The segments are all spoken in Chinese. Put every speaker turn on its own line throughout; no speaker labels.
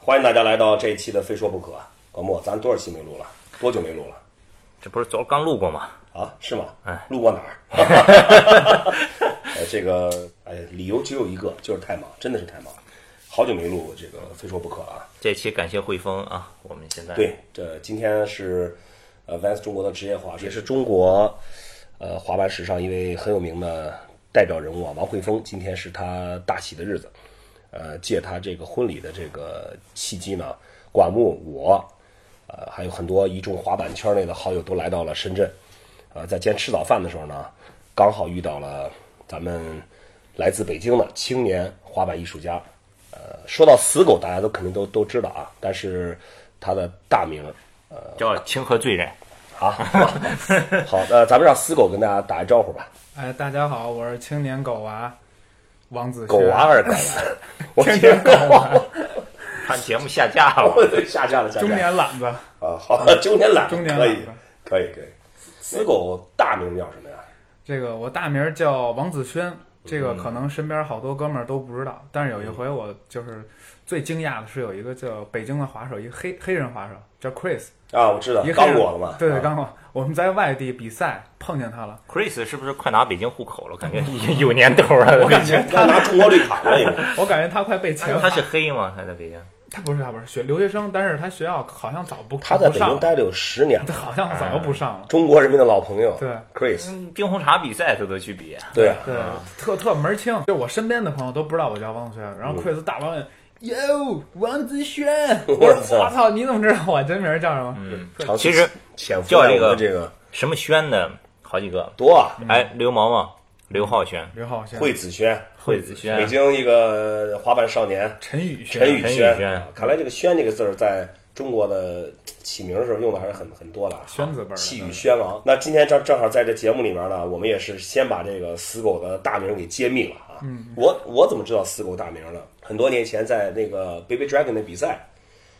欢迎大家来到这一期的《非说不可》。管墨，咱多少期没录了？多久没录了？
这不是昨儿刚录过吗？
啊，是吗？
哎，
路过哪儿？呃，这个， 哎，理由只有一个，就是太忙，真的是太忙，好久没录这个《非说不可》啊。
这期感谢汇丰啊，我们现在
对，这今天是呃 Vans 中国的职业滑手，也是中国呃滑板史上一位很有名的代表人物啊，王汇峰。今天是他大喜的日子，呃，借他这个婚礼的这个契机呢，管木我呃还有很多一众滑板圈内的好友都来到了深圳，呃，在今天吃早饭的时候呢，刚好遇到了咱们来自北京的青年滑板艺术家呃，说到死狗，大家都肯定都都知道啊，但是他的大名呃
叫清河罪人，
啊， 好，呃，咱们让死狗跟大家打一招呼吧，
哎，大家好，我是青年狗娃王子轩
狗娃二狗娃， 我
青年啊狗娃，
看节目下架了，
我下架了下
中
架了
年懒 子，
啊，好，中年懒，
中年
可
懒
以可以可以，死狗大名叫什么呀？
这个我大名叫王子轩，
嗯
这个可能身边好多哥们儿都不知道，但是有一
嗯
回我就是最惊讶的是有一个叫北京的滑手，一个黑黑人滑手叫 Chris，
啊，我知道
一，个黑
刚
人
果了嘛，
对对，
啊
刚果，我们在外地比赛碰见 他了，
Chris 是不是快拿北京户口了？感觉有年头了。
我感觉
他拿中国绿卡了，应该
我感觉他快 被遣
他
返，
是黑吗？他在北京？
他不是他不是学留学生，但是他学校好像早不
他在
不
北
上
京
了，
待啊了有十年了，
好像早就不上了，
中国人民的老朋友，
对嗯
，Chris，
嗯，冰红茶比赛他都去比，
对啊，
对，特特门儿清，就我身边的朋友都不知道我叫王子轩，然
嗯
后 Chris 大老远。哟，王子 轩！我说我操，你怎么知道我真名叫什么？嗯，
长期
其实
潜伏
叫
在
这
我
个
们这个
什么轩的好几个。
多啊，
哎，刘毛毛、刘浩轩、
刘浩轩、
惠子轩，
惠子轩
北、京一个滑板少年，
陈宇轩、
陈宇
陈宇
轩
轩
啊，看来这个“轩”这个字儿在中国的起名的时候用的还是很很多的啊。
轩字辈儿的
气宇轩昂。那今天正正好在这节目里面呢，我们也是先把这个死狗的大名给揭秘了啊。嗯，我我怎么知道死狗大名呢？很多年前在那个 Baby Dragon 的比赛，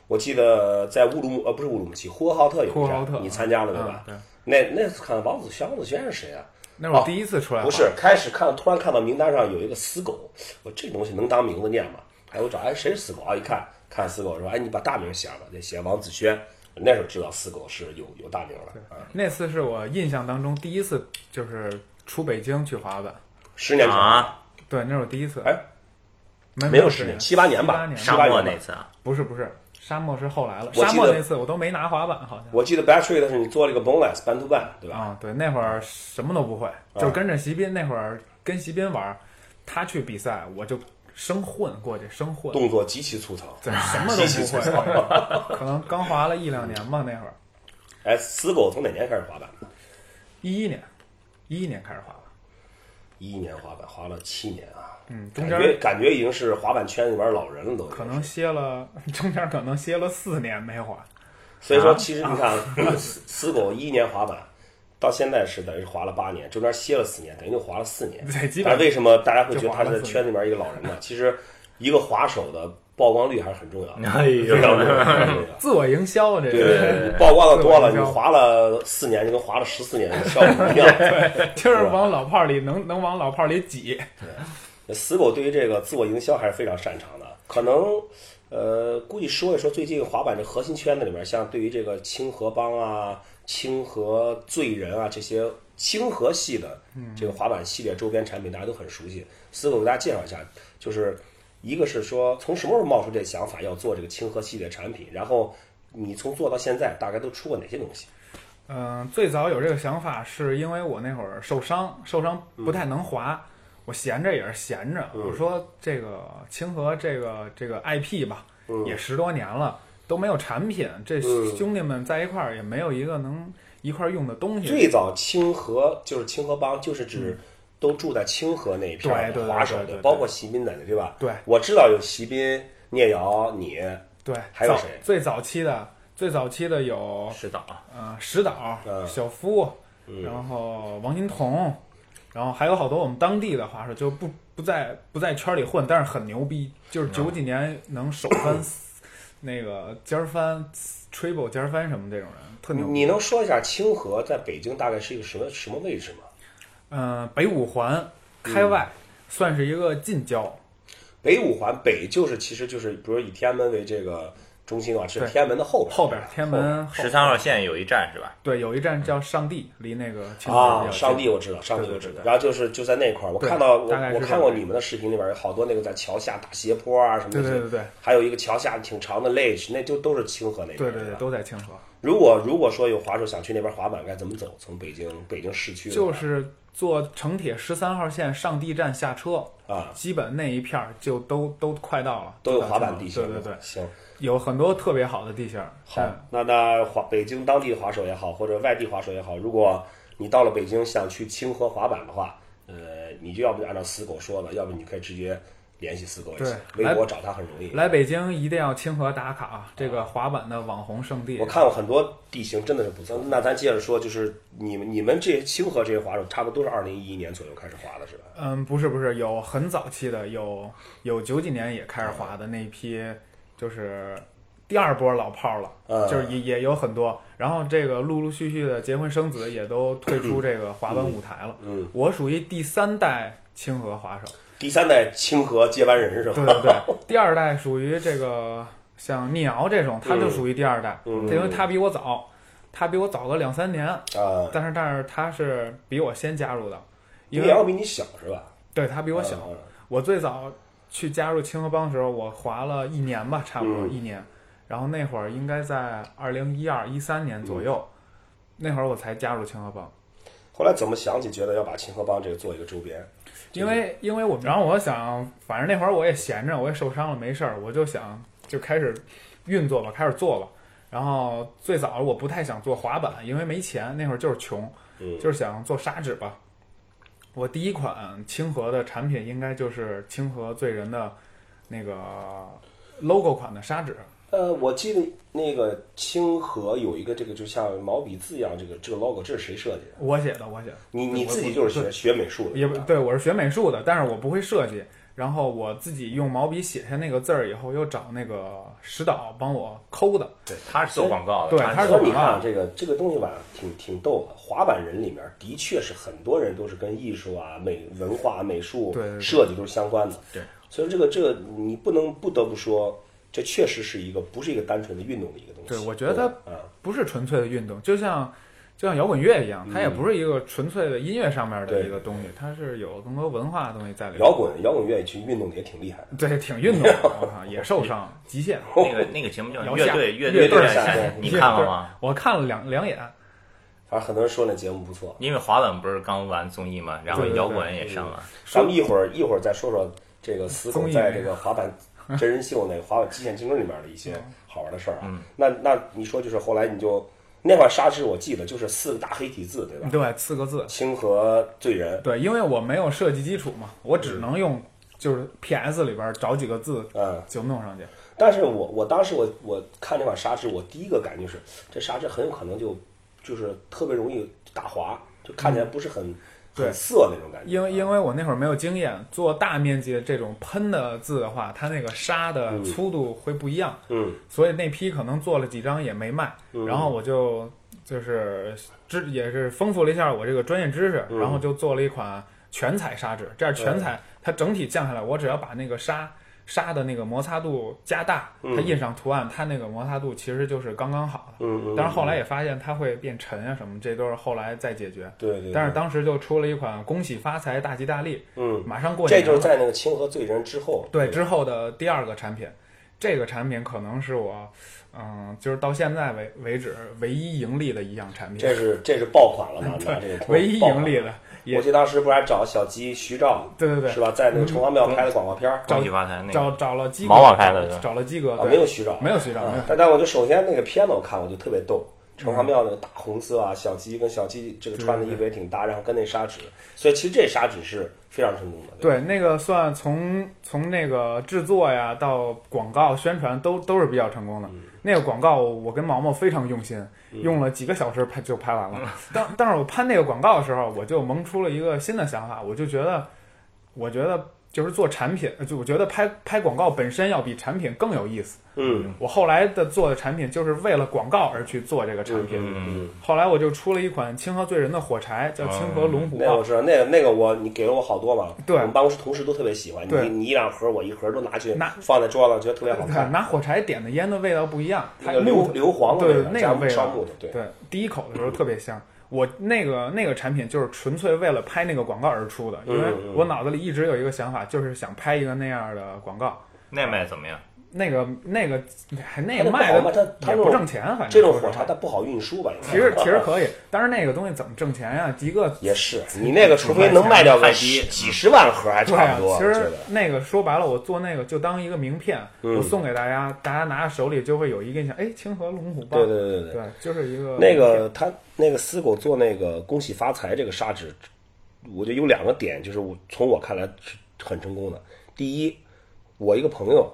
我记得在乌鲁木呃不是乌鲁木齐，呼和浩特有
呼
一
和浩
站
特，
你参加了对吧？
嗯对
那那次看王子轩，王子轩是谁啊？
那是我
哦
第一次出来滑，
不是，开始看突然看到名单上有一个死狗，我这东西能当名字念吗？哎，我找哎谁是死狗啊？一看看死狗说，哎你把大名写了吧，得写王子轩。那时候知道死狗是有有大名了，啊
那次是我印象当中第一次，就是出北京去滑板。
十年前，
啊，
对，那是我第一次。
哎，
没
没有十
时
年，
间，
七八年
七八
吧，
年
七
沙
八
漠
年吧
那。次啊，
不是不是，沙漠是后来了。
我记得
沙漠那次我都没拿滑板，好像。
我记得 Battery 的是你做了一个 boneless ban to ban，对吧？啊
啊，对，那会儿什么都不会，就跟着席斌那会儿跟席斌玩儿，他去比赛，我就生混过去，生混，
动作极其粗糙，
对，什么都
极其
不
粗
会
糙。
那会儿，可能刚滑了一两年吧，那会儿
哎，死狗从哪年开始滑板的？
一一年，一一年开始滑了，
一一年滑板，滑了七年啊。
嗯，中
感
间
觉
儿
感觉已经是滑板圈里边老人了都已经是。
可能歇了，中间儿可能歇了四年没滑，
所以
啊
说，其实你看，死死狗一年滑板，到现在是等于是滑了八年，中间歇了四年，等于就滑了四年。
对基本上
但是为什么大家会觉
就
得
滑
他
了
是
四年
圈里面一个老人呢？其实，一个滑手的曝光率还是很重要 的，
哎呦
非常重要非常重要。
自我营销啊了这
对对对，
个，
你曝光的多了，
自
你
我营销
滑了四年就跟滑了十四年效果 一样。
就是往老炮儿里能能往老炮儿里挤，
死狗对于这个自我营销还是非常擅长的，可能呃，估计说一说最近滑板这核心圈子里面，像对于这个清河帮啊、清河醉人啊这些清河系的这个滑板系列周边产品，大家都很熟悉。死狗给大家介绍一下，就是一个是说从什么时候冒出这想法要做这个清河系列产品，然后你从做到现在大概都出过哪些东西？
嗯，最早有这个想法是因为我那会儿受伤，受伤
嗯
不太能滑，我闲着也是闲着。我说这个清河这个这个 IP 吧，也十多年了都没有产品，这
嗯
兄弟们在一块儿也没有一个能一块儿用的东西。
最早清河就是清河帮，就是指都住在清河那一片儿
嗯对对
的
对
滑手
对
的
对，对
包括席斌在内，对吧？
对
我知道有席斌、聂瑶、你，
对，
还有
早
谁
最早期的最早期的有
是的啊，
呃石导、
嗯
小夫，然后王金童，然后还有好多我们当地的滑手，就不不在不在圈里混，但是很牛逼，就是
啊
九几年能手翻、那个尖儿翻、triple 尖儿翻什么这种人，特
你
牛
你
逼。
能说一下清河在北京大概是一个什么什么位置吗？
嗯、北五环
嗯
开外、算是一个近郊，
北五环北就是其实就是，比如以天安门为这个中心啊，是
对
天安门的后边儿啊
后边儿天安门后
十三号线有一站是吧？
对有一站叫上帝，离那个秦皇岛比
啊，
较近
上帝我知道，上帝我知
对对
道。
对
然后就是就在那块儿，我
对
看到我
大概是
我
这样
看过你们的视频里边有好多那个在桥下打斜坡啊什么
对
的，
对对对
还有一个桥下挺长的 ledge，那就都是清河那边。
对对对，
吧
都在清河。
如果如果说有滑手想去那边滑板，该怎么走？从北京北京市区的
就
话
是坐城铁十三号线上地站下车，
啊，
基本那一片儿就都都快到了，
都有
就到
滑板
清河
地形。
对对对，嗯
行。
有很多特别好的地形儿。
好
嗯，
那那滑北京当地滑手也好，或者外地滑手也好，如果你到了北京想去清河滑板的话，呃，你就要不就按照死狗说的，要不你可以直接联系死狗一起，微
对来
博找他很容易。
来北京一定要清河打卡啊，这个滑板的网红圣地
我。看过很多地形，真的是不错。那咱接着说，就是你们你们这些清河这些滑手，差不多都是二零一一年左右开始滑的，是吧？
嗯，不是不是，有很早期的，有有九几年也开始滑的那一批，就是第二波老炮儿了，
嗯
就是也也有很多。然后这个陆陆续续的结婚生子，也都退出这个滑板舞台了。
嗯，
我属于第三代清河滑手，
第三代清河接班人是吧？
对 对对，第二代属于这个像逆敖这种，他就
嗯
属于第二代，
嗯
因为他比我早，他比我早个两三年，
啊，
但是但是他是比我先加入的，因
你
为
要比你小是吧？
对他比我小，
嗯
我最早去加入清河帮的时候，我滑了一年吧，差不多
嗯
一年。然后那会儿应该在二零一二一三年左右，那会儿我才加入清河帮，
后来怎么想起觉得要把清河帮这个做一个周边？
因为因为我然后我想，反正那会儿我也闲着，我也受伤了，没事儿，我就想就开始运作吧，开始做吧。然后最早我不太想做滑板，因为没钱，那会儿就是穷，
嗯
就是想做砂纸吧。我第一款清河的产品应该就是清河醉人的那个 logo 款的砂纸，
呃，我记得那个清河有一个这个，就像毛笔字一样，这个这个 logo，这是谁设计的？
我写的，我写的。
你
对
你
我
自己
我
就是学学美术的，
也不对，我是学美术的，但是我不会设计。然后我自己用毛笔写下那个字儿以后，又找那个石导帮我抠的。
对，他是做广告的，
对他
是
是
说
做
你
做
看啊这个这个东西吧，挺挺逗的。滑板人里面的确是很多人都是跟艺术啊、美文化、美术
对对对
设计都是相关的。
对，
所以这个这个你不能不得不说，这确实是一个不是一个单纯的运动的一个东西。
对我觉得它
对嗯吧
不是纯粹的运动，就像就像摇滚乐一样，它也不是一个纯粹的音乐上面的
嗯对
一个东西，它是有更多文化的东西在
啊
里面。
摇滚摇滚乐去运动的也挺厉害的。
对，挺运动的， 我靠，也受伤，极限。
那个那个节目叫
摇
乐
下
队乐
乐
队
队
下
下
对
你看了吗？？
我看了两两眼，
反正很多人说那节目不错。
因为滑板不是刚完综艺嘛，然后摇滚也上了，
咱们一会儿一会儿再说说这个死狗
综艺
在这个滑板真人秀那个滑板极限竞争里面的一些
嗯
好玩的事儿啊。那那你说就是后来你就那块沙纸我记得就是四个大黑体字对吧？
对，四个字，
清河罪人，
对，因为我没有设计基础嘛，我只能用就是 PS 里边找几个字
嗯，
就弄上去。
但是我我当时我我看这款沙纸，我第一个感觉是这沙纸很有可能就就是特别容易打滑，就看起来不是很、
嗯对
很涩那种感觉。
因为因为我那会儿没有经验，做大面积的这种喷的字的话，它那个沙的粗度会不一样，
嗯
所以那批可能做了几张也没卖。
嗯
然后我就就是知也是丰富了一下我这个专业知识，
嗯
然后就做了一款全彩砂纸。这样全彩它整体降下来，我只要把那个沙沙的那个摩擦度加大，
嗯
它印上图案，它那个摩擦度其实就是刚刚好的。
嗯嗯，
但是后来也发现它会变沉啊什么，这都是后来再解决。
对对对，
但是当时就出了一款“恭喜发财，大吉大利”，
嗯，
马上过年
这就
了，
是在那个清河罪人之后，
对之后的第二个产品。这个产品可能是我，嗯，就是到现在为为止唯一盈利的一样产品，
这是这是爆款了 吧？拿这个
唯一
爆款
盈利的，也
我记得当时不是还找小鸡徐照，
对对
是
对，
吧？在那个城隍庙拍的广告片儿
恭喜发啊财那
找
个
找了鸡哥，
毛毛拍的是吧
找了鸡哥，
啊，
对
没有徐照，
没有徐嗯照，没有
啊。但但我就首先那个片子我看我就特别逗，城
嗯
隍庙那个大红色啊，小鸡跟小鸡这个穿的衣服也挺搭，然后跟那砂纸，所以其实这砂纸是非常成功的。吧，
对，那个算从从那个制作呀到广告宣传都都是比较成功
嗯
的。那个广告我跟毛毛非常用心，用了几个小时拍就拍完了。当但是我拍那个广告的时候，我就萌出了一个新的想法，我就觉得，我觉得就是做产品，呃就我觉得拍拍广告本身要比产品更有意思。
嗯
我后来的做的产品就是为了广告而去做这个产品。
嗯，
后来我就出了一款清河醉人的火柴，叫清河龙虎
那
豹。
我知道，那个那个我你给了我好多嘛，
对
我们办公室同事都特别喜欢，你
对
你一两盒我一盒都拿去
那
放在桌子上，觉得特别好
你看
看。
拿火柴点的烟的味道不一样，它
那个硫
木
硫磺的
对
个
那
加
个味
烧
道
木的，对，
对，第一口的时候特别香。我那个那个产品就是纯粹为了拍那个广告而出的，
嗯
因为我脑子里一直有一个想法，就是想拍一个那样的广告。
那卖怎么样？
那个那个还那
它
个
那
卖
不好吧
的
它它
也
这
不
种
挣钱，反正
这种
说实
火柴
话
它不好运输吧？应该
其实其实可以，但是那个东西怎么挣钱呀、一个
也是，你那个除非能卖 掉个十几十万盒，还
对
差
啊
不，多。
其
我觉
实
得嗯
那个说白了，我做那个就当一个名片，我送给大家，大家拿在手里就会有一个印象，哎，清河龙虎豹，
对对对对
对，就是一个
那个他那个死狗做那个“恭喜发财”这个砂纸，我觉得有两个点，就是我从我看来是很成功的。第一，我一个朋友，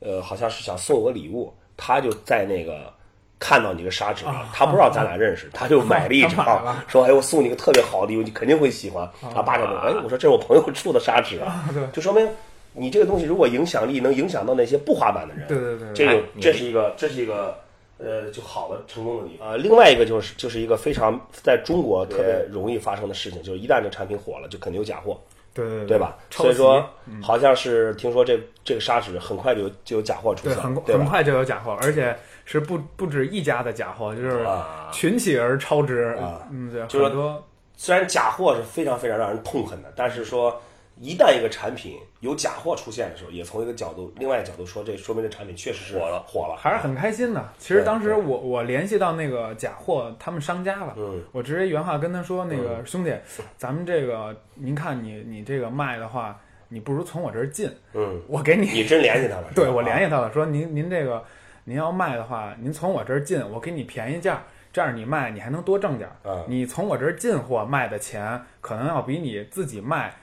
呃，好像是想送我礼物，他就在那个看到你这个砂纸里，他不知道咱俩认识，他就买了一
啊 他买
张
了，
说：“哎，我送你一个特别好的礼物，你肯定会喜欢。”啊，爸就问：“哎，我说这是我朋友出的砂纸啊，就说明。”你这个东西如果影响力能影响到那些不滑板的人，
对对对对
这个
哎你
这是一个这是一个呃就好的成功的地方。呃，另外一个就是就是一个非常在中国特别容易发生的事情，就是一旦这产品火了，就肯定有假货，
对对
对嗯吧？
抄
所以
袭
说，好像是听说这这个砂纸很快就有就有假货出
对，
现，
很
对
很
吧？
快就有假货，而且是不不止一家的假货，就是群起而超之，嗯，对，
啊就是
很多
虽然假货是非常非常让人痛恨的，但是说一旦一个产品有假货出现的时候，也从一个角度另外一个角度说，这说明这产品确实是火了，火了，
还是很开心的。其实当时我我联系到那个假货他们商家了，
嗯
我直接原话跟他说，那个兄弟，咱们这个您看你你这个卖的话，你不如从我这儿进，
嗯。
我给
你
你，
真联系他了？
对我联
系。
系他了，说您您这个您要卖的话，您从我这儿进，我给你便宜价。这样你卖，你还能多挣点儿。
嗯
你从我这儿进货卖的钱，可能要比你自己卖，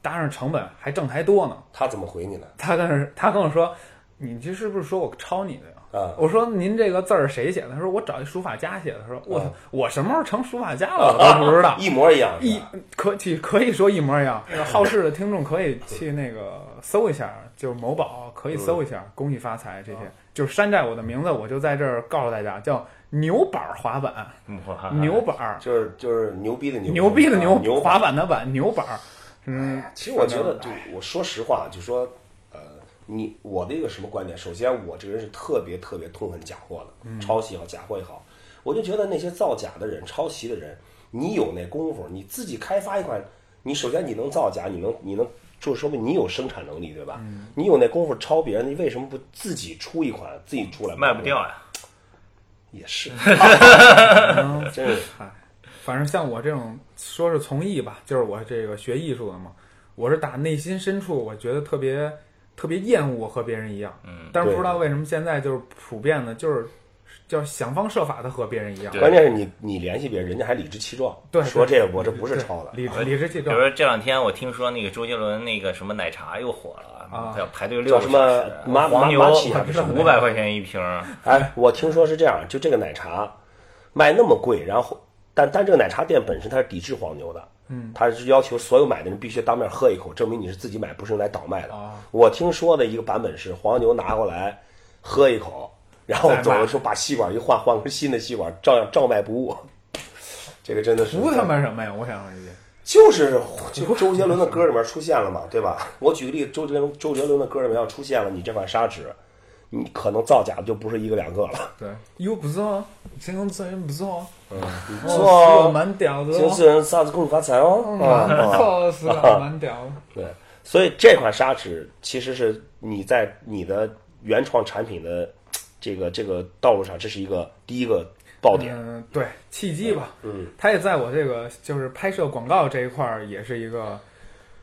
搭上成本还挣还多呢。
他怎么回你呢？
他跟人他跟我说，你这是不是说我抄你的呀？
啊
我说您这个字儿谁写的？他说我找一书法家写的。他说我、
啊
我什么时候成书法家了？我都不知道。
一啊模一样是吧，
一可以可以说一模一样。 那个好事的听众可以去那个搜一下，就是某宝可以搜一下“恭喜发财”这些，就是山寨我的名字，我就在这儿告诉大家，叫牛板滑板，
哇
牛板
就是就是牛逼的牛，
哎牛逼的牛，
牛
滑板的板，牛板。嗯，
其实我觉得，就我说实话，就说，呃，你我的一个什么观点？首先，我这个人是特别特别痛恨假货的，
嗯
抄袭也好，假货也好，我就觉得那些造假的人、抄袭的人，你有那功夫，你自己开发一款，你首先你能造假，你能你能，就说明你有生产能力，对吧？
嗯
你有那功夫抄别人，你为什么不自己出一款，自己出来
卖不掉呀。
也 是，真是
嗨，反正像我这种说是从艺吧，就是我这个学艺术的嘛，我是打内心深处，我觉得特别特别厌恶和别人一样，嗯，但是不知道为什么现在就是普遍的，就是叫想方设法的和别人一样，
对
关键是你你联系别人，人家还理直气壮，
对
说
对
这我这不是抄的，
理理直气
比
壮
如。说这两天我听说那个周杰伦那个什么奶茶又火了，
啊
要排队
叫
六
什
个
么
小时
马
黄牛
马马奇还是什么
五百块钱一瓶儿，
哎，我听说是这样，就这个奶茶卖那么贵，然后但但这个奶茶店本身它是抵制黄牛的，嗯，它是要求所有买的人必须当面喝一口，证明你是自己买，不是用来倒卖的。
啊
我听说的一个版本是黄牛拿过来喝一口，然后走了之后把吸管一换，换根新的吸管，照样照卖不误。 这个真的是
图他妈什么呀？我想问一句，
就是就周杰伦的歌里面出现了嘛，对吧？我举个例，子，周杰伦周杰伦的歌里面要出现了你这款砂纸，你可能造假的就不是一个两个了。
对，哟不错哦，这个资源不错哦，
嗯不
哦，
错
是蛮屌的
经纪
哦，
人啥子恭喜发财哦，
嗯蛮
啊，
靠是吧？蛮屌 的。
对，所以这款砂纸其实是你在你的原创产品的这个这个道路上，这是一个第一个爆点。
嗯，对，契机吧。嗯，他也在我这个就是拍摄广告这一块儿，也是一个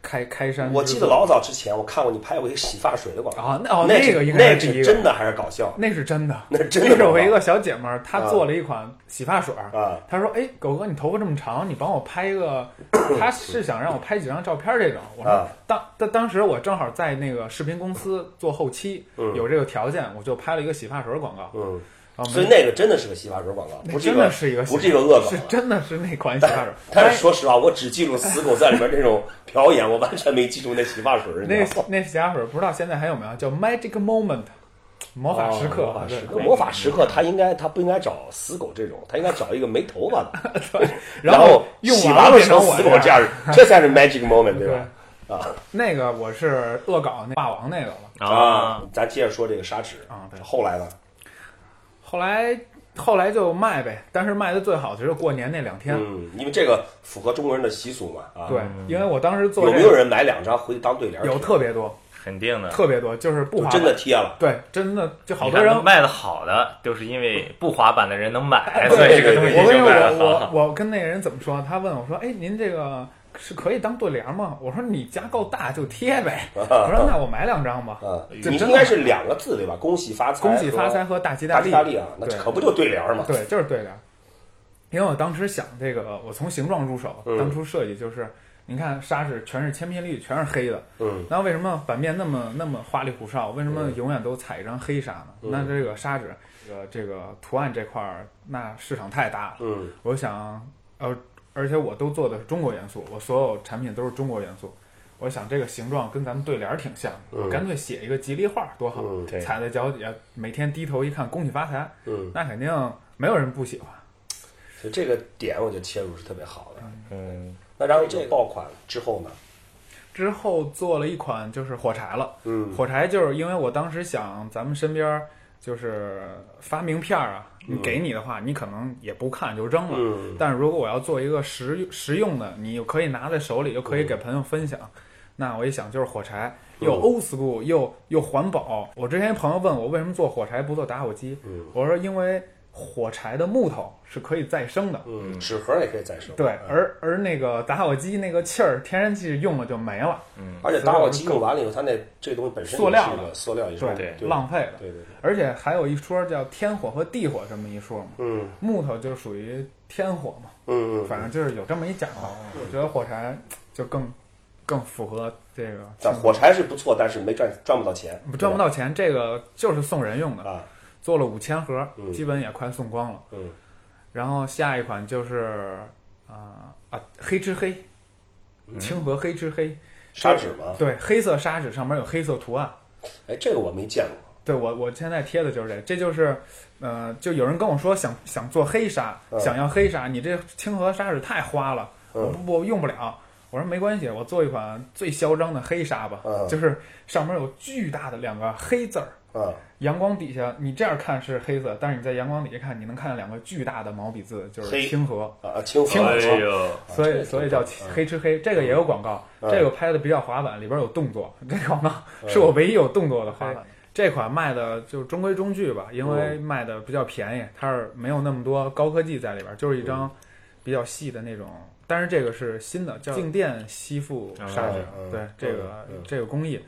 开开山之作。
我记得老早之前我看过你拍过一个洗发水的广告
啊那哦
那
那
是
个应该
那
是第一
是
个
真的还是搞笑？
那是真的，
那是真的
是我
吗
一个小姐们儿，她做了一款洗发水儿
啊
她说：“哎，狗哥，你头发这么长，你帮我拍一个。” 她是想让我拍几张照片儿这种。我说、
啊
当当当时我正好在那个视频公司做后期，有这个条件，我就拍了一个洗发水儿广告。
嗯，
啊，
所以
没
那个真的是个洗发水广告，
那
不是一
真
个
的是一个
不是一个恶搞
是
啊。
真的是 那款洗发水，
但是说实话，我只记住死狗在里面那种表演，我完全没记住那洗发水儿。你
那
知道吗
那洗发水不知道现在还有没有，啊叫 Magic Moment，魔法时刻，啊
哦魔法时刻，
对
魔法时刻，他应该他不应该找死狗这种，他应该找一个没头发的，
然
后
用
洗
完
完
了
了
变
成
成我
死狗这样， 这才是 magic moment，对吧？啊
那个我是恶搞那霸王那个了，
啊，，
咱接着说这个砂纸
啊对
后来呢？
后来后来就卖呗，但是卖的最好的就是过年那两天，
嗯，因为这个符合中国人的习俗嘛，啊，
对，因为我当时做
有
这
没
个
有人买两张回去当对联儿贴？
有特别多，
肯定的。
特别多，就是不
就
滑板
真的贴了。
对，真的就好
你
多
看
人
能卖的好的，就是因为不滑板的人能买，
对
所以这个
对
东
对对
西
哎
就
我跟你
卖的
说，
好。
我我我跟那个人怎么说？他问我说：“哎，您这个是可以当对联吗？”我说：“你家够大就贴 呗。”我说：“那我买两张吧。
啊，
这
你
真的
应该是两个字对吧？恭喜发”财，
恭喜发
和
财和大吉
大
利。
吉大利啊！那
对
可不就对联儿吗？
对，就是对联。因为我当时想这个，我从形状入手，
嗯
当初设计就是，你看砂纸全是千篇一律，全是黑的，
嗯，
那为什么版面那么那么花里胡哨？为什么永远都踩一张黑砂呢？
嗯
那这个砂纸，这个这个图案这块儿，那市场太大了。
嗯，
我想，呃，而且我都做的是中国元素，我所有产品都是中国元素。我想这个形状跟咱们对联儿挺像，我干脆写一个吉利话儿多好，
嗯
对
踩在脚底下，每天低头一看，恭喜发财，
嗯，
那肯定没有人不喜欢。
所以这个点我觉得切入是特别好的。
嗯，
那然后这个爆款之后呢？
之后做了一款就是火柴了，
嗯
火柴就是因为我当时想咱们身边儿就是发名片儿啊，你给你的话，你可能也不看就扔了，
嗯
但是如果我要做一个实实用的，你又可以拿在手里，又可以
嗯
给朋友分享，那我一想就是火柴。又 old school 又又环保。我之前一朋友问我为什么做火柴不做打火机，
嗯
我说因为火柴的木头是可以再生的，
嗯，纸盒也可以再嗯生。
对，而而那个打火机那个气儿，天然气用了就没了，
而且打火机用完了以后，它那这东西本身
塑料
就是一个塑料一种
对，
对
浪费了。
对对对，
而且还有一说叫天火和地火这么一说嘛，
嗯
木头就属于天火嘛，
嗯嗯，
反正就是有这么一讲
哦
法。我觉得火柴就更更符合这个，
但火柴是不错，但是没赚赚不到钱，
赚不到钱，这个就是送人用的，
啊。
做了五千盒
嗯，
基本也快送光了。
嗯，
然后下一款就是啊啊黑吃黑，
嗯
清河黑吃黑，
砂纸嘛，
对，黑色砂纸上面有黑色图案。
哎，这个我没见过。
对我，我现在贴的就是这个，这就是，呃，就有人跟我说想想做黑砂，
嗯
想要黑砂，你这清河砂纸太花了，我不我用不了。我说没关系，我做一款最嚣张的黑砂吧，
嗯
就是上面有巨大的两个黑字儿，
嗯
阳光底下你这样看是黑色，但是你在阳光底下看，你能看见两个巨大的毛笔字，就是
黑
清河，
啊，清
清
河
哎呦，
所
这个嗯
以所以叫黑吃黑，这个也有广告，这个拍的比较滑板，里边有动作，这个广告
嗯
是我唯一有动作的滑板。这款卖的就中规中矩
哦
吧，因为卖的比较便宜，它是没有那么多高科技在里边，就是一张比较细的那种。但是这个是新的，叫静电吸附砂纸，
嗯嗯
对
嗯
这个这个工艺。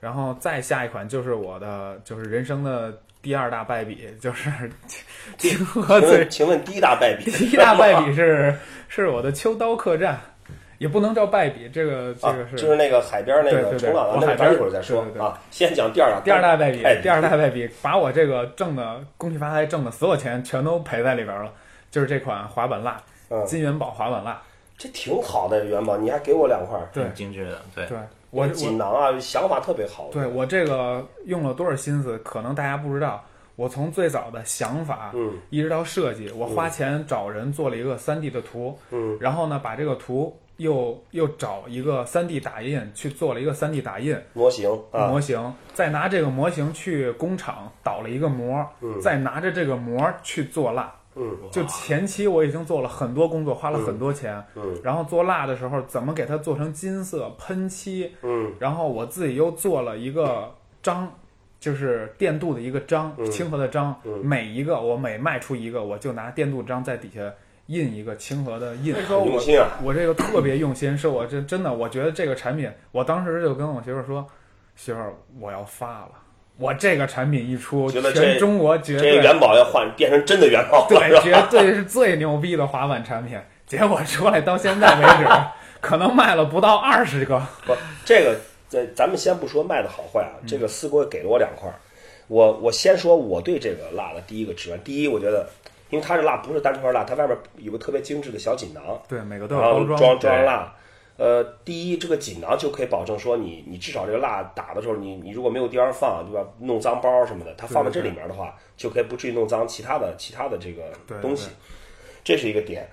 然后再下一款就是我的，就是人生的第二大败笔，就是 清
请
河最
问请问第一大败笔，
第一大败笔是是我的秋刀客栈，也不能叫败笔，这个 这
啊
个，
就是
是
那个海边那
对
个
对对
冲浪的
我
那
海
个，
边
咱一会儿再说
对对对
啊。先讲第二大
第二大败笔
败，
第二大败笔把我这个挣的恭喜发财挣的所有钱全都赔在里边了，就是这款滑板蜡
嗯，
金元宝滑板蜡，
这挺好的元宝，你还给我两块儿，
对
挺精致的，对，
对我我
锦囊啊，想法特别好。
对我这个用了多少心思，可能大家不知道。我从最早的想法，
嗯，
一直到设计，我花钱找人做了一个3 D 的图，
嗯，
然后呢，把这个图又又找一个3 D 打印去做了一个3 D 打印，
模型啊，
模型，再拿这个模型去工厂倒了一个模，再拿着这个模去做蜡。
嗯，
就前期我已经做了很多工作，花了很多钱。
嗯
然后做蜡的时候，怎么给它做成金色喷漆？
嗯，
然后我自己又做了一个章，就是电镀的一个章，
嗯
清河的章。每一个我每卖出一个，我就拿电镀章在底下印一个清河的印。
很用心啊。
我这个特别用心，是我这真的，我觉得这个产品，我当时就跟我媳妇儿说，媳妇儿，我要发了，我这个产品一出，
觉得这
全中国绝
这个
对
元宝要换变成真的元宝了，
对，
是吧？
绝对是最牛逼的滑板产品。结果出来到现在为止，可能卖了不到二十个。嗯
不，这个咱咱们先不说卖的好坏啊，这个四哥给了我两块儿，我我先说我对这个辣的第一个直观，第一我觉得，因为它这辣不是单纯辣，它外面有个特别精致的小锦囊，
对，每个都
然
有
后
包
装
对
装蜡。呃，第一，这个锦囊就可以保证说你，你至少这个蜡打的时候，你你如果没有地方放，对吧？弄脏包什么的，它放在这里面的话，就可以不至于弄脏其他的其他的这个
对
东西，这是一个点。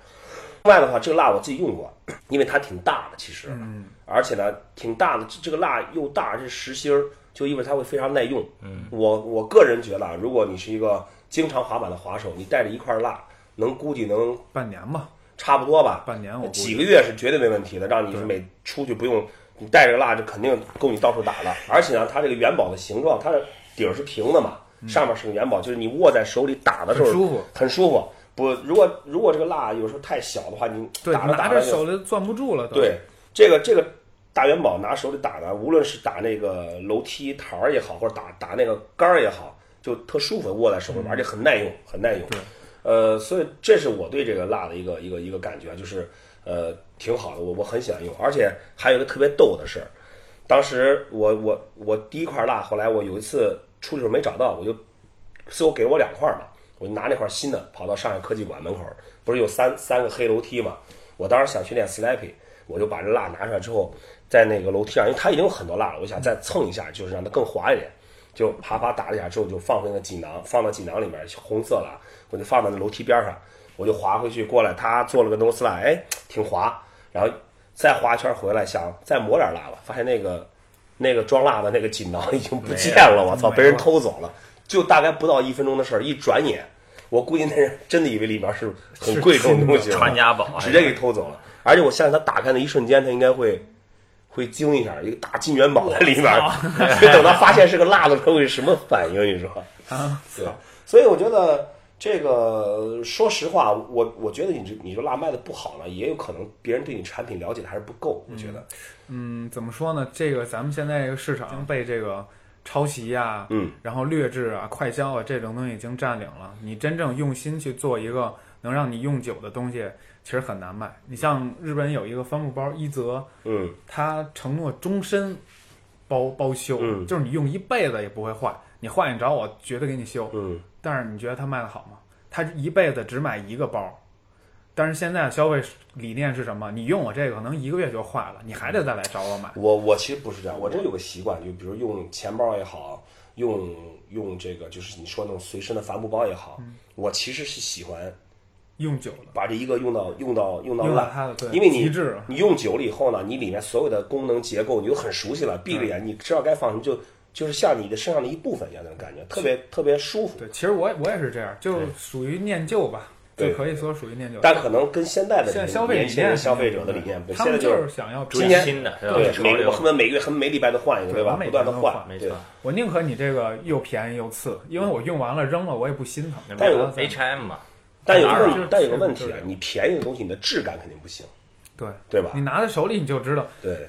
另外的话，这个蜡我自己用过，因为它挺大的，其实，嗯，而且呢挺大的，这这个蜡又大，这实心儿就意味着它会非常耐用。嗯，我我个人觉得，啊，如果你是一个经常滑板的滑手，你带着一块蜡，能估计能
半年吧，
差不多吧，
半年我估计
几个月是绝对没问题的，让你是每出去不用你带着个蜡，这肯定够你到处打了。而且呢，它这个元宝的形状，它的底儿是平的嘛，上面是个元宝，就是你握在手里打的时候
嗯很舒服，
很舒服。不，如果如果这个蜡有时候太小的话，你
对，
打着
拿
打
着
就
手就攥不住了，都
对，这个这个大元宝拿手里打呢，无论是打那个楼梯台儿也好，或者打打那个杆儿也好，就特舒服，握在手里，而且很耐用，很耐用。呃，所以这是我对这个蜡的一个一个一个感觉，就是呃挺好的，我我很喜欢用，而且还有一个特别逗的事儿，当时我我我第一块蜡，后来我有一次出去的时候没找到，我就最后给我两块儿嘛，我就拿那块新的跑到上海科技馆门口，不是有三三个黑楼梯嘛？我当时想去练 slappy，我就把这蜡拿出来之后，在那个楼梯上，因为它已经有很多蜡了，我想再蹭一下，就是让它更滑一点，就啪啪打了一下之后，就放回那个锦囊，放到锦囊里面，红色了，我就放到那楼梯边上，我就滑回去过来，他做了个 no slide，哎，挺滑，然后再滑一圈回来，想再抹点蜡吧，发现那个那个装蜡的那个锦囊已经不见 了，我操，被人偷走了。就大概不到一分钟的事儿，一转眼，我估计那人真的以为里面是很贵重的东西，
传家宝啊，
直接给偷走了。而且我相信他打开那一瞬间，他应该会会惊一下，一个大金元宝在里面。所以等他发现是个蜡的时候，会什么反应？你说？
啊，
对，所以我觉得这个，说实话，我我觉得你这你这蜡卖的不好呢，也有可能别人对你产品了解的还是不够。我觉得，
嗯，怎么说呢？这个咱们现在这个市场已经被这个抄袭呀、
嗯，
然后劣质啊、快消啊这种东西已经占领了。你真正用心去做一个能让你用久的东西，其实很难卖。你像日本有一个帆布包一泽，
嗯
他承诺终身包包修，
嗯
就是你用一辈子也不会坏，你坏你找我绝对给你修。
嗯，
但是你觉得他卖的好吗？他一辈子只买一个包，但是现在消费理念是什么？你用我这个可能一个月就坏了，你还得再来找我买。
我我其实不是这样，我这有个习惯，就比如用钱包也好，用用这个就是你说那种随身的帆布包也好，
嗯
我其实是喜欢
用久了，
把这一个用到用到用到
用到
烂，
它的对
因为你
极致了
你用久了以后呢，你里面所有的功能结构你就很熟悉了，闭着眼你知道该放什么，就就是像你的身上的一部分一样那种感觉，特别特别舒服。
对，其实我也我也是这样，就属于念旧吧，
对
就可以说属于念旧。
但可能跟现在的
现在
年
消费
年
理
轻人
念，
消费者的理念不一样，
他
现在
们就是是想要
今
追
天
新的是吧？
对
潮
每
流
我恨不得每个月恨每礼拜都换一个，
对
吧？
我每
不断的
天都
换
换，
没
对
错。
我宁可你这个又便宜又次，因为我用完了扔了我也不心疼。
但有
我再
H&M 嘛，
但有
哪
个
儿
问
啊
题，但有个问题啊，你便宜的东西，你的质感肯定不行，
对，
对吧
你？拿在手里你就知道，
对，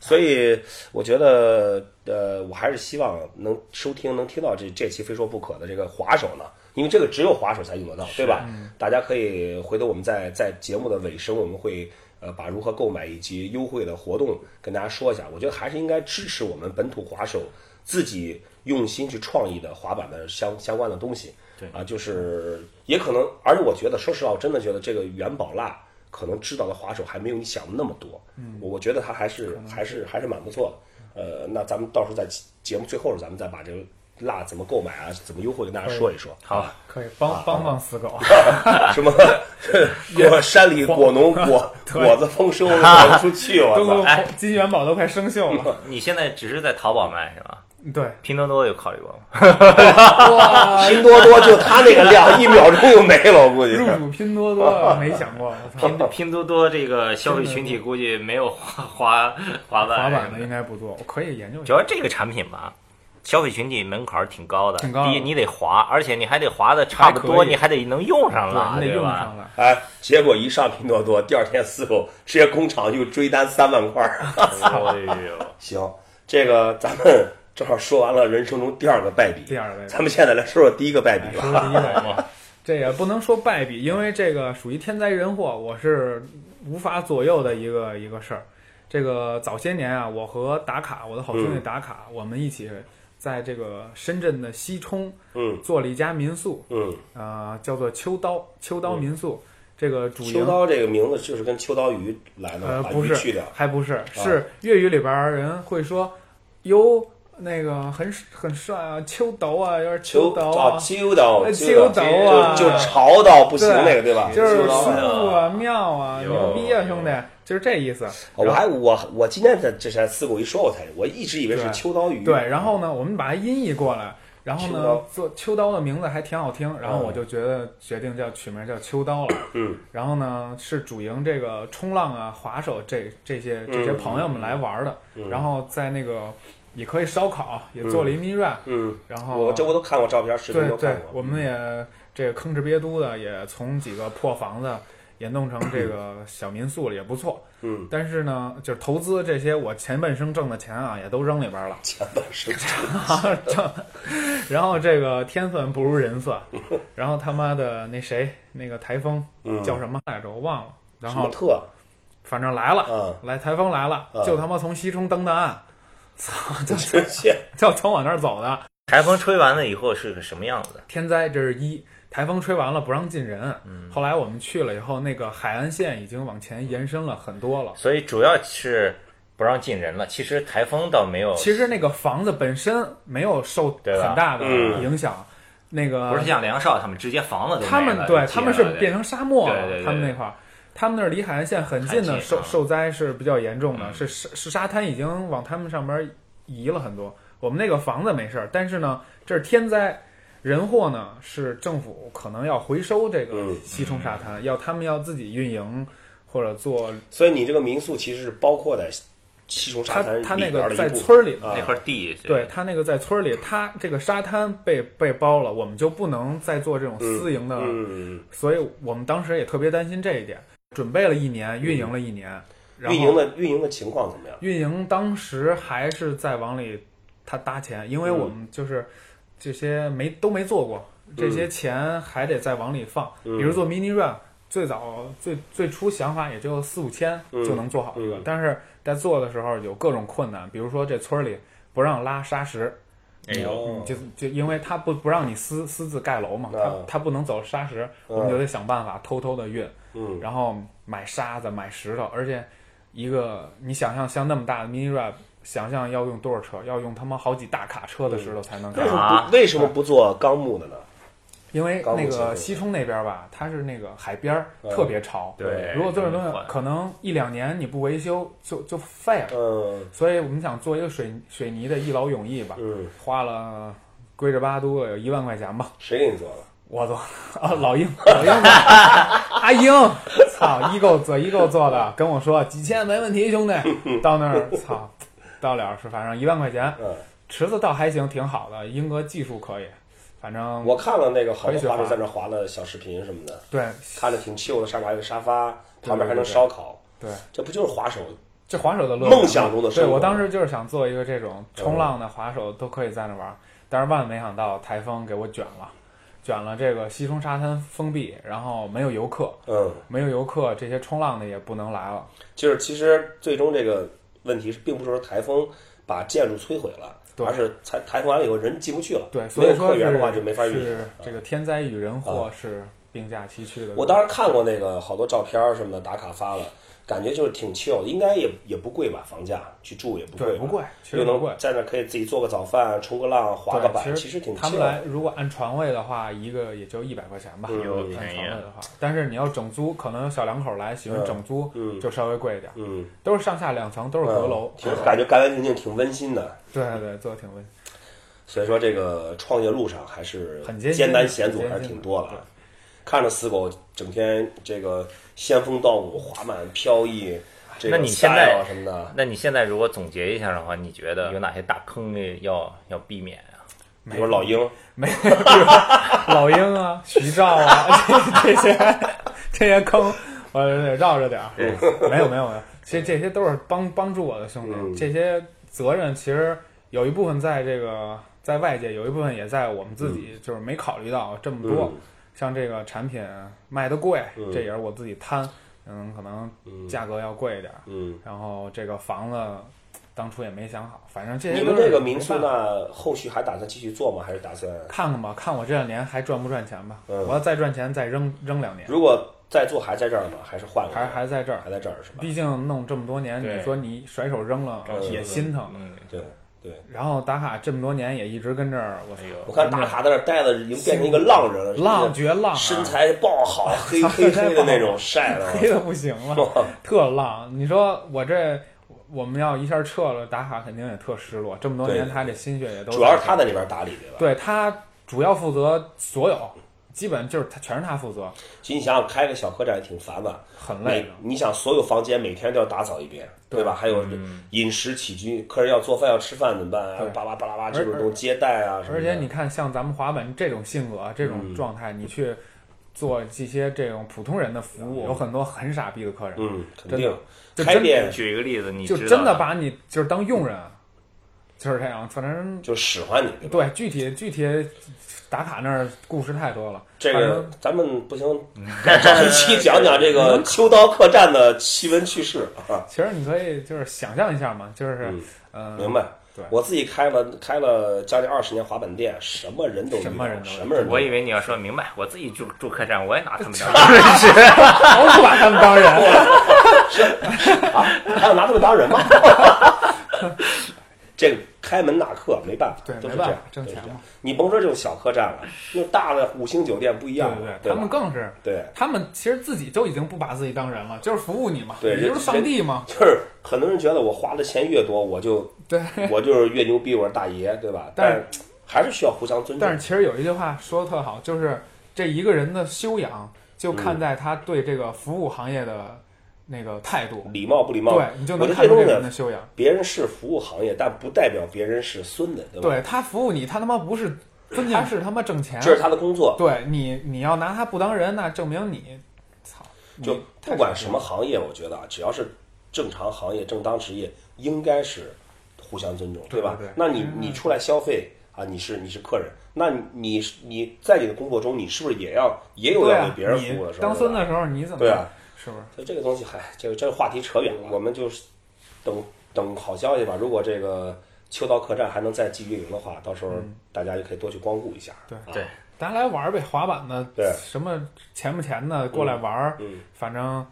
所以我觉得，呃，我还是希望能收听能听到这这期非说不可的这个滑手呢，因为这个只有滑手才用得到，对吧？嗯大家可以回头我们在在节目的尾声，我们会呃把如何购买以及优惠的活动跟大家说一下。我觉得还是应该支持我们本土滑手自己用心去创意的滑板的相相关的东西。
对
啊，就是也可能，而且我觉得，说实话，我真的觉得这个元宝蜡可能知道的滑手还没有你想的那么多。嗯，我觉得他还是还是还是蛮不错的。呃，那咱们到时候在节节目最后的时候，咱们再把这个蜡怎么购买啊，怎么优惠跟大家说一说。
好，
可以
啊
帮帮帮死狗。
什么果山里果农果果子丰收卖不出去，我
都
操！
哎
金元宝都快生锈了，
你现在只是在淘宝卖是吧？
对，
拼多多有考虑过吗？啊
拼多多就他那个量，一秒钟就没了，我估计。
入主拼多多没想过，我操，
啊拼多多这个消费群体估计没有 滑滑滑
滑
板
板的
什么
应该不做，我可以研究一
主
下。
要这个产品吧，消费群体门槛儿挺高的。
挺高的
第一，你得滑，而且你还得滑的差不
还
多，
可以
你还得能用上
对，
了，
你得
对
用
吧
上？了。
哎，结果一上拼多多，第二天四狗直接工厂就追单三万块儿。
哎呦，
行，这个咱们正好说完了人生中第二个败笔，
第二个败笔
咱们现在来说说第一个败笔
说
吧。
第一个，这也不能说败笔，因为这个属于天灾人祸，我是无法左右的一个
嗯
一个事儿。这个早些年啊，我和达卡，我的好兄弟达卡，我们一起在这个深圳的西冲
嗯
做了一家民宿，
嗯，
呃，叫做秋刀秋刀民宿。这个主
秋
营
刀这个名字就是跟秋刀鱼来的，啊
呃
把
不
鱼
是
去掉。
还不是，是粤语里边儿人会说哟，那个很很帅啊，秋刀啊，有点
秋
刀
啊，
啊，
秋刀，
哎
秋
秋刀啊
就就潮到不行
对
那个，对吧？
就是
秋
舒
刀啊
服啊，妙啊，
有
牛逼啊，兄弟，就是这意思。
哦我
然后
还我我今天才这才四狗一说，我才我一直以为是
对
秋刀鱼。
对，然后呢，我们把它音译过来，然后
秋
呢
刀，
做秋刀的名字还挺好听，然后
嗯
我就觉得决定叫取名叫秋刀了。
嗯，
然后呢，是主营这个冲浪啊、划手这这些这些
嗯
朋友们来玩的，
嗯
然后在那个也可以烧烤，也做了一 mini rap，
嗯，
然后
我这我都看过照片，视频
对
都
哦对
看， 过。
我们也这个吭哧瘪肚的，也从几个破房子也弄成这个小民宿了，也不错。
嗯，
但是呢，就是投资这些我前半生挣的钱啊，也都扔里边了。
前半生
然后这个天算不如人算，然后他妈的那谁那个台风
嗯
叫什么来着，我忘了。然
什么
后
特
反正来了，
啊，
来台风来了，
嗯
就他妈从西冲登的岸， 操，就
这些
就从我那儿走的。
台风吹完了以后是个什么样子的？
天灾这是一，台风吹完了不让进人。
嗯
后来我们去了以后，那个海岸线已经往前延伸了很多
哦
了。
所以主要是不让进人了。其实台风倒没有，
其实那个房子本身没有受
对吧
很大的
嗯
影响，那个
不是像梁少他们直接房子都没了
他们对
就
他们是
接了
变成沙漠了，
对对对
他们那块儿，他们那儿离海岸线很近的
很近
受
啊
受灾是比较严重
嗯
的，是是是沙滩已经往他们上边移了很多。我们那个房子没事儿，但是呢，这是天灾。人祸呢是政府可能要回收这个
嗯
西冲沙滩，要他们要自己运营或者做，
所以你这个民宿其实是包括在西冲沙
他
滩
他
里
那
边
个
的一
在
部分
村儿里
啊
那块地，
对他那个在村儿里，他这个沙滩被被包了，我们就不能再做这种私营的
嗯，
所以我们当时也特别担心这一点，准备了一年，运营了一年，然
嗯
后
运营的运营的情况怎么样？
运营当时还是在往里他搭钱，因为我
嗯
们就是这些没都没做过，这些钱还得再往里放，
嗯
比如做 mini run。最早最最初想法也就四五千
嗯
就能做好一个，
嗯
但是在做的时候有各种困难，比如说这村儿里不让拉沙石，
哎呦，
哦
就就因为他不不让你私私自盖楼嘛，他
嗯
他不能走沙石，我们就得想办法偷偷的运，
嗯
然后买沙子、买石头，而且一个你想象像那么大的 mini rap，想象要用多少车？要用他妈好几大卡车的石头才能
为
盖
什，么
啊
不为什么不做钢木的呢？
因为
高度
那
限
个
制
西冲那边吧，它是那个海边儿
嗯
特别潮，
对
如果做这东西
容易坏
可能一两年你不维修就就废了，
嗯
所以我们想做一个水水泥的一劳永逸吧，
嗯，
花了归着八都有一万块钱吧。
谁给你做的？
我做啊，老鹰，老 鹰做，阿英，操，一购做一购做的，跟我说几千没问题，兄 弟，到那儿，操，到了是反正一万块钱，
嗯，
池子倒还行，挺好的，英格技术可以，反正
我看了那个好
可
多
以去
滑手
滑
在那滑的小视频什么的，
对
看着挺秀的，上面还有个沙发，旁边还
对对
能
对
烧烤，
对，
这不就是滑手
这滑手的乐
梦想中的生
对
活？嗯
我当时就是想做一个这种冲浪的滑手都可以在那玩，但是万万没想到台风给我卷了，卷了这个西冲沙滩封闭，然后没有游客，
嗯，
没有游客，这些冲浪的也不能来了。
就是其实最终这个问题是，并不是说台风把建筑摧毁了，
对
而是台台风完了以后人进不去了，
对，
没
所
有
以说
客
是
源的话就没法运营
是。这个天灾与人祸是并驾齐驱的。
我当时看过那个好多照片儿什么的打卡发了，感觉就是挺 chill，的应该也也不贵吧，房价去住也不贵
对
吧，
不贵，其
又
实不贵
能。在那可以自己做个早饭、冲个浪、滑个
对，
板，
其
其实挺
他
chill
们
的。
来，如果按床位的话，一个也就一百块钱吧，
嗯
有
按
便
床位
宜啊
的话。但是你要整租，可能小两口来喜欢
嗯
整租，
嗯
就稍微贵一点。
嗯，
都是上下两层，都是阁楼啊
嗯。挺感觉干干净净，挺温馨的。
对对对，做的挺温馨。
所以说，这个创业路上还是
很艰辛
艰难险阻，
很艰
还
辛
是挺多的
对
啊。看着死狗整天这个仙风道舞、滑板、飘逸，这个
那你现在
style 什么的，
那你现在如果总结一下的话，你觉得有哪些大坑要要避免啊？
比如老鹰，
没有，比如老鹰 啊、徐照啊，这这些这些坑，我得绕着点儿。没有没有没有，其实这些都是帮帮助我的兄弟，
嗯
这些责任其实有一部分在这个在外界，有一部分也在我们自己，就是没考虑到这么多。
嗯
像这个产品卖的贵，
嗯
这也是我自己贪，嗯，可能
嗯
价格要贵一点儿。
嗯
然后这个房子当初也没想好，反正这些
你们
都是
这个民宿
没办法
那后续还打算继续做吗？还是打算
看看吧，看我这两年还赚不赚钱吧。
嗯
我要再赚钱，再扔扔两年，
如果再做还在这儿吗？还是换了？
还还在这儿。
还在这儿是吧？
毕竟弄这么多年，
对
你说你甩手扔了
找
也
工作
心疼。
嗯，
对对，
然后打卡这么多年也一直跟这儿，我
哎呦
我看大卡在这儿待的已经变成一个浪人了，
浪绝浪啊，
身 材爆好，黑黑黑的那种晒的，
黑的哎不行 了，特浪。你说我这我们要一下撤了，打卡肯定也特失落。这么多年
对
他这心血也都
主要是他在里边打理对吧？
对他主要负责所有，基本就是他全是他负责，
其实你想想，开个小客栈也挺烦的，
很累
每
的。
你想所有房间每天都要打扫一遍，对吧？还有饮食起居，客人要做饭要吃饭怎么办啊
嗯对？
巴拉巴拉巴拉，
而
这种东西接待啊什么的。
而且你看，像咱们滑板这种性格、啊这种状态，你去做这些这种普通人的服务，有很多很傻逼的客人，
嗯，肯
真
定
的就
开
真
店
举一个例子，你
就
知道
真的
的
把你就是当佣人，啊就是这样。反正
就使唤你，对吧？
对具体具体打卡那儿故事太多了，
这
反
个
正嗯
咱们不行， 找一期讲讲 这个秋刀客栈的奇闻趣事啊。
其实你可以就是想象一下嘛，就是
嗯
嗯、
明白
对。
我自己开了开了将近二十年滑板店，什么人都遇到
什么人都有
什么人都
我
有
以为你要说明白，我自己住住客栈，我也拿他们当
我不把他们当人。
啊，还要拿他们当人 吗？ 这个开门纳客没办法，
对
都是
没
这
办法
样，
挣钱
都是这样
嘛。
你甭说这种小客栈了，那大的五星酒店不一
对
样
对
了，
对，他
吧
们更是，
对
他们其实自己就已经不把自己当人了，就是服务你嘛，
对
你
人
就是上帝嘛，
就是很多人觉得我花的钱越多，我就
对。
我就是越牛逼，我是大爷，对吧？
但
但
是
还是需要互相尊重。
但是其实有一句话说的特好，就是这一个人的修养，
嗯
就看在他对这个服务行业的那个态度，
礼貌不礼貌，
对你就
我
能
觉得
看
这
出
东
这个人
西
的修养。
别人是服务行业，但不代表别人是孙子，对吧？
对他服务你，他他妈 不是尊敬，他是他妈挣钱。
这是他的工作，
对你，你要拿他不当人，那证明你，操，你
就
太
不管
傻逼
什
了
么行业，我觉得啊，只要是正常行业、正当职业，应该是互相尊重，
对
吧？
对对嗯
那你你出来消费啊，你是你是客人，那你你你在你的工作中，你是不是也要也有
对
要
啊
为，别人服务的
你
时候？
当
对
孙
吧
子的时候你怎么
对啊？
是不是？
所以这个东西，嗨，这个这个话题扯远了，我们就是等等好消息吧。如果这个秋刀客栈还能再继续运营的话，到时候大家就可以多去光顾一下。
嗯对
啊
对
大家来玩儿呗，滑板的，
对
什么钱不钱的过来玩儿，
嗯嗯
反正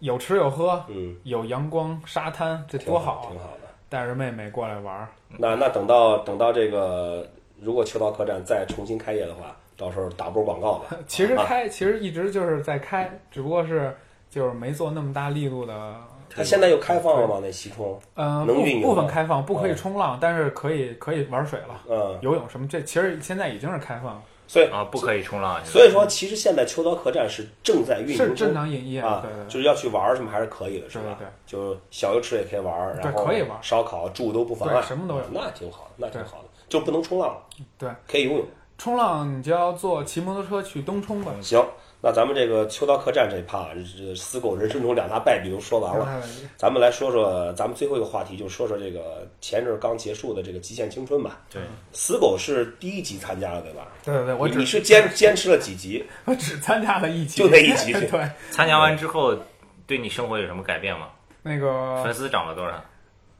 有吃有喝，
嗯，
有阳光沙滩，这
挺
多好
挺
啊！
好的。
带着妹妹过来玩儿，。
那那等到等到这个，如果秋刀客栈再重新开业的话，到时候打波广告吧
其实
啊
开其实一直就是在开，只不过是就是没做那么大力度的，
它现在又开放了吗？那西冲，
呃，
能
部
运营
部分
吗
开放，不可以
嗯
冲浪，但是可以可以玩水了，
嗯，
游泳什么这其实现在已经是开放了，
所以
啊，不可以冲浪。
所以说，其实现在秋刀客栈是正在运营
是
中
正常营业，
啊
对对，
就是要去玩儿什么还是可以的，是
对
吧？
对
就小游池也可以玩儿，
对
然后
可以玩儿
烧烤、住都不妨
对
碍，
什么都有
那挺好，那挺好的，就不能冲浪了，
对，
可以游泳。
冲浪你就要坐骑摩托车去东冲吧，
行，那咱们这个秋刀客栈这一趴，这死狗人生中两大败笔都说完了，
太稳
咱们来说说咱们最后一个话题，就说说这个前阵儿刚结束的这个《极限青春》吧。
对，
死狗是第一集参加的，对吧？
对对对，我
你
只
你是坚坚持了几集？
我只参加了一集，
就那一集
对，
参加完之后，对你生活有什么改变吗？
那个，
粉丝涨了多 少？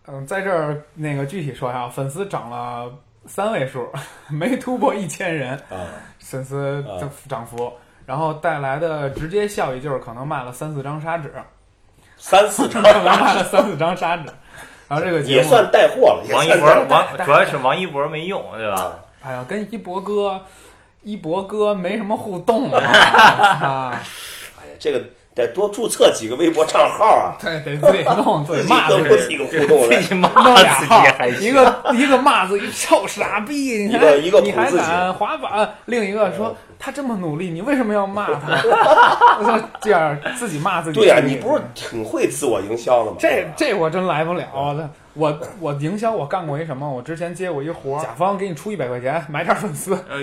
嗯，在这儿那个具体说一下啊，粉丝涨了三位数， 没突破一千人，
啊，
粉丝增涨幅，然后带来的直接效益就是可能卖了三四张砂纸，
三四
可
场
能卖了三四张砂纸，然后这个节
也
目，
算带货了，也
王一
算
博
带货，
王主要是王一博没用，对吧？
哎呀，跟一博哥。一博哥没什么互动 啊，
哎呀，这个得多注册几个微博账号啊，
对，得自己弄，自
自
己
己
骂
都
自
不
己，
自己互动
自
了。
己骂
弄俩
自己
号
还，
一个一个骂自己臭傻逼，你
一
还
个一个
你还
捧自己
敢滑板，另一个
嗯
说他这么努力，你为什么要骂 他？我说这样自己骂自己。
对呀、你不是挺会自我营销的吗？
这这我真来不了，我我我营销我干过一什么？我之前接过一活儿，甲方给你出一百块钱买点粉丝，
哎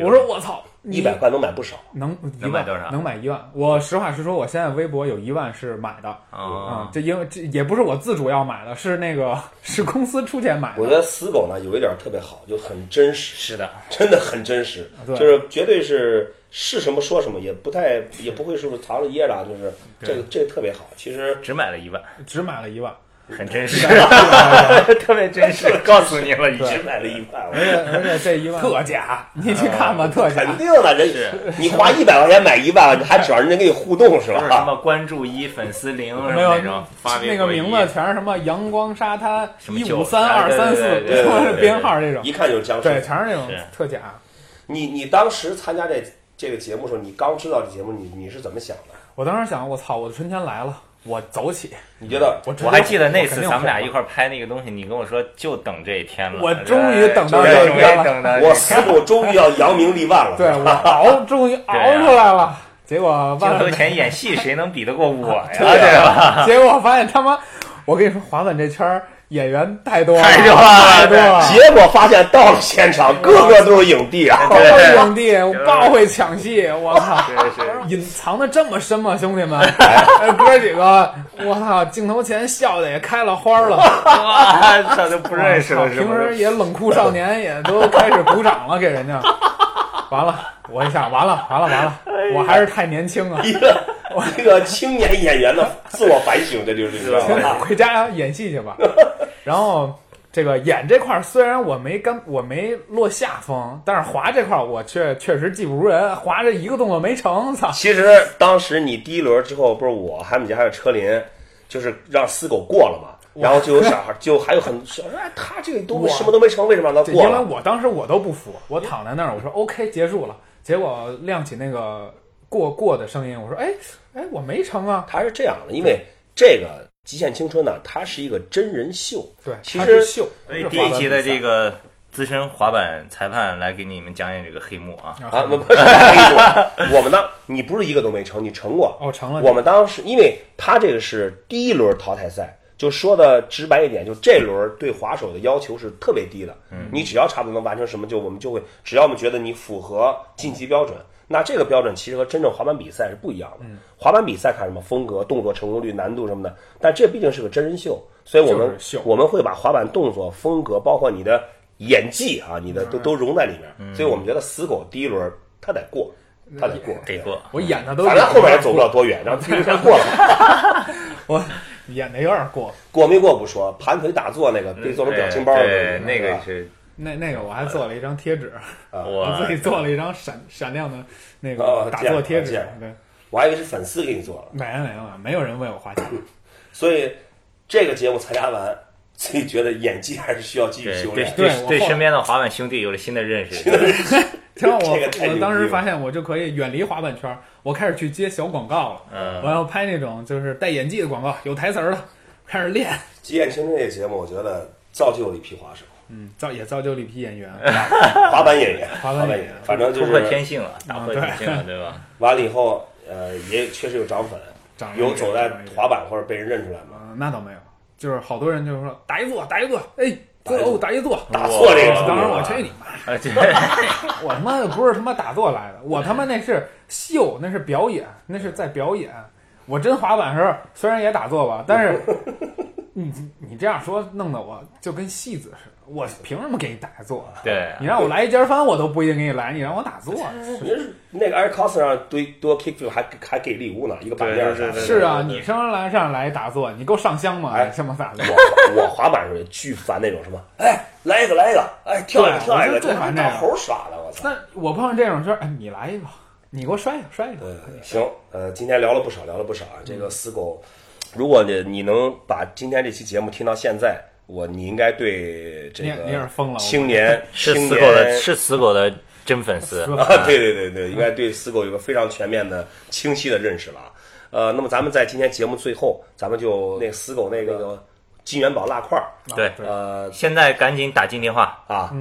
呦，
我说我操，你
一百块能买不少。
能
能买多少
能买一万。我实话实说，我现在微博有一万是买的。啊
啊，，
这因为这也不是我自主要买的，是那个是公司出钱买的
我。觉得死狗呢有一点儿特别好，就很真实，
是的，
真的很真实，
啊对
就是绝对是是什么说什么，也不太也不会是不是藏着掖着啊，就是这个这个特别好。其实
只买了一万，
只买了一万。
很真 实， 特别真实，告诉你了已
只
经。
买了一万，
而且而且这一万
特假，你去看吧，特假
肯。定的，人你花一百块钱买一万，你还指望人家跟你互动是
就是什
吧？
么关注一粉丝零什么
没有
呃那种，发微
那个
博一
名字全是什么阳光沙滩
什么
一
旧
五三
哎
二
对
三四
对对对对对
编号这种
一，看就是僵
对，
尸。
全是那种
是
特假。
你你当时参加这这个节目的时候，你刚知道这节目，你你是怎么想的？
我当时想，我操，我的春天来了，我走起，
你觉得
我
我还记得
我
那
肯
次
定
咱们俩
火
一块儿拍那个东西，你跟我说就等这一天了。
我终于等到
对
这一
终于
天了
等到这一
我
天
思路终于要扬名立万了？
对我熬，终于熬
对啊
出来了。结果
镜
万
头
万
前演戏，谁能比得过我 呀？
对啊
吧？
结果我发现他妈，我跟你说，滑板这圈儿演员太多了，
太
太
多了
多了，
结果发现到了现场，个个都是影帝啊！
好多影帝，我爆会抢戏，我操！
是是，
隐藏的这么深吗，兄弟们？哎哥几个，我操！镜头前笑的也开了花了，
哇，他都不 认识
我
了，
操
是不
平时
是？
也冷酷少年也都开始鼓掌了，给人家。完了，我一想，完了，完了，完了，
哎
我还是太年轻了。
一个一个青年演员的自我反省，这就是这
行
样。
回家演戏去 吧。然后这个演这块儿，虽然我没干，我没落下风，但是滑这块儿我却确实技不如人，滑这一个动作没成，操！
其实当时你第一轮之后，不是我，还有你家还有车林，就是让死狗过了嘛。然后就有小孩，就还有很小孩，哎，他这个都
哇
什么都没成，为什么让他
这
过
因为
了？
我当时我都不服，我躺在那儿，我说 OK 结束了，结果亮起那个过过的声音，我说哎哎我没成啊，
他是这样的，因为这个《极限青春》呢，它是一个真人秀，
对，
其
他
实哎
是秀，
所以
是
第
滑
一
板
期
比
的
赛
这个资深滑板裁判来给你们讲演这个黑幕啊，
啊，
啊
不不是黑 幕，我们当你不是一个都没成，你成过。
哦成了
我们当时因为他这个是第一轮淘汰赛，就说的直白一点，就这轮对滑手的要求是特别低的。嗯，你只要差不多能完成什么，就我们就会，只要我们觉得你符合晋级标准，那这个标准其实和真正滑板比赛是不一样
嗯
的。滑板比赛看什么风格、动作成功率、难度什么的，但这毕竟是个真人秀，所以我们
就是秀
我们会把滑板动作、风格，包括你的演技啊，你的都
嗯
都融在里面。所以我们觉得死狗第一轮他得过，
嗯
他得过，
得过。
我演的都
反正后面也走不了多远，然后第一轮先过了，
我演的有点过，
过没过不说，盘腿打坐那个被做成表情包的
嗯哎对，
那
那
个
个
吧啊
是
那那个我还做了一张贴 纸。
我
我自己做了一张闪闪亮的那
哦
个打
这样
坐贴纸
这样，
对，
我还以为是粉丝给你做了，
没有没有没有人为我花钱，
所以这个节目参加完，自己觉得演技还是需要继续
对
修
对
炼。
对我
对
后
身边的滑板兄弟有了新的认 识，
然后我
这个太牛
我
逼
当时
了
发现我就可以远离滑板圈儿，我开始去接小广告了，我
嗯，
要拍那种就是带演技的广告，有台词儿的， 开始练，
极限青春这个节目，我觉得造就了一批滑手，
嗯，造也造就了一批演员，
嗯滑板演员，
滑
滑
板
板
演员
演员，反正就
突破
是啊
天性了，打
嗯
破天性了，对吧？
完了以后，呃，也确实有涨粉，
长
有走在滑
板，
板或者被人认出来嘛。
嗯，那倒没有，就是好多人就是说打一坐打一坐，哎，哥哦打一 坐，
打错这个
哇
词
当时我
了
去你妈！
啊，对，
我他妈的不是他妈打坐来的， 我他妈那是秀，那是表演，那是在表演。我真滑板时候虽然也打坐 吧，但是你你这样说弄得我就跟戏子似的，我凭什么给你打啊坐？
对
你让我来一尖翻我都不一定给你来，你让我打坐，
你这是那个 Air Cost 上堆多 kickflip 还给还给礼物呢，一个板
对对
面
对对
是啊，你上来上来打坐，你够上香吗？
哎
你这么打坐，
我我滑板时候也巨烦那种什么，哎，来一个来一个，哎，跳一个
对
跳一
我
个，
就最烦这
当
样
猴耍的，我操！
那我碰上这种事儿，哎，你来一个，你给我摔一个摔一个，
呃，行，呃，今天聊了不少，聊了不少啊。
嗯
这个死狗，如果你你能把今天这期节目听到现在，我你应该对这
你也你也是
个
疯了我
青年
是
青
死狗的，
年
是死狗的真粉丝，
啊，对对对对，应该对死狗有个非常全面的、清晰的认识了啊。呃，那么咱们在今天节目最后，咱们就那死狗那个金元宝蜡块儿，
对
啊。对
呃
现在赶紧打进电话，
啊，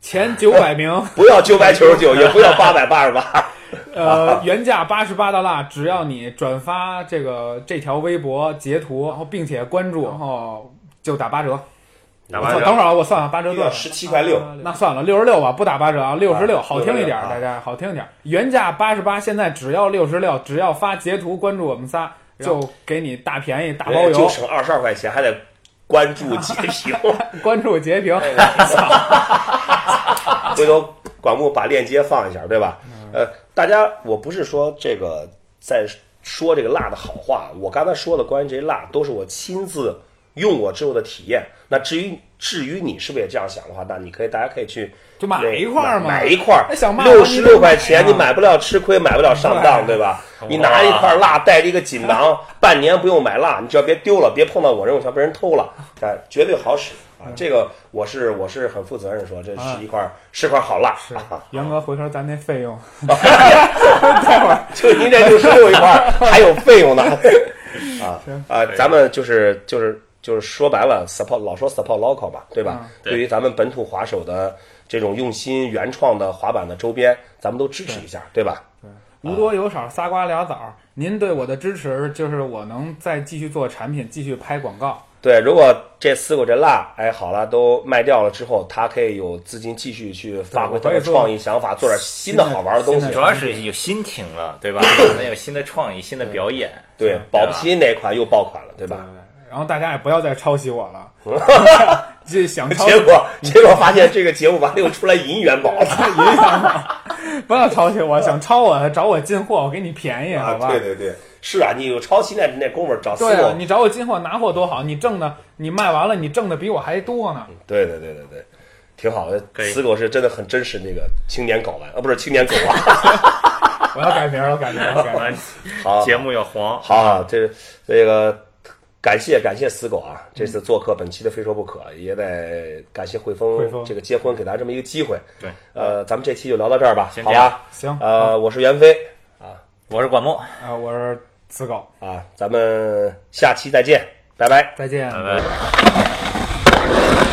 前九百名。
不要九百九十九，也 不要八百八十八，
呃，原价八十八大蜡，只要你转发这个这条微博截图，然后并且关注，然后就打八折。
打
我
八
哎
操
折
等会儿啊，我算算八折多少？
十七块六，
那算了，六十六吧，不打八折啊，六十六，好听一点
啊
儿，大家好听一点儿。原价八十八，现在只要六十六，只要发截图关注我们仨，就给你大便宜大包
哎就
邮，
省二十二块钱，还得关注截 屏。
关注截屏。
回头管木把链接放一下，对吧？
嗯
呃，大家，我不是说这个在说这个辣的好话，我刚才说的关于这些辣，都是我亲自用过之后的体验。那至于至于你是不是也这样想的话，那你可以大家可以去
就买一块儿嘛
买一块儿
那想骂，
六十六块钱
你
你
买啊哦
买不了吃亏，买不了上当，对吧？你拿一块蜡带着一个锦囊，半年不用买蜡，你只要别丢了，别碰到我这种钱被人偷了，哎，绝对好使
嗯
啊！这个我是我是很负责任说，这
啊
是一块是块好蜡
是
啊。
杨哥，回头咱那费用，
就您这六十六一块 儿，还有费用呢。啊
行
啊，咱们就是就是就是说白了，support 老说 support local 吧，对吧？
嗯
对于咱们本土滑手的这种用心原创的滑板的周边，咱们都支持一下，对吧？
无多有少，仨瓜俩枣儿。您对我的支持，就是我能再继续做产品，继续拍广告。
对，如果这四个这蜡，哎，好了，都卖掉了之后，他可以有资金继续去发挥他
对我可以
的
做
创意想法，做点新的好玩的东西
新。
主要是有新情了， 对吧？可能有新的创意、新的表演，
对，保不齐哪款又爆款了，对
对
吧？
然后大家也不要再抄袭我了，这想 抄
结果结果发现这个节目完了又出来银元宝了。
影响我，不要抄袭我，想抄我找我进货，我给你便 宜，好吧？
啊对对对，是啊，你有抄袭那那功夫找思
对啊，
路，
你找我进货拿货多好，你挣的你卖完了，你挣的比我还多呢。
对对对对对，挺好的。
可以
死狗是真的很真实，那个青年睾丸啊，不是青年狗 啊。
我要改名儿，我改名儿，我改名儿。
好，
啊节目要黄，
好啊，这这个感谢感谢死狗啊，
嗯
这次做客本期的非说不可，也得感谢汇
汇
丰
丰
这个结婚给大家这么一个机会。
对，
呃，咱们这期就聊到这儿吧，
先
好
这样
吧？
行
呃，我是袁飞
我是管木，
啊，我是子狗，
啊，咱们下期再见，拜拜。
再见。
拜拜。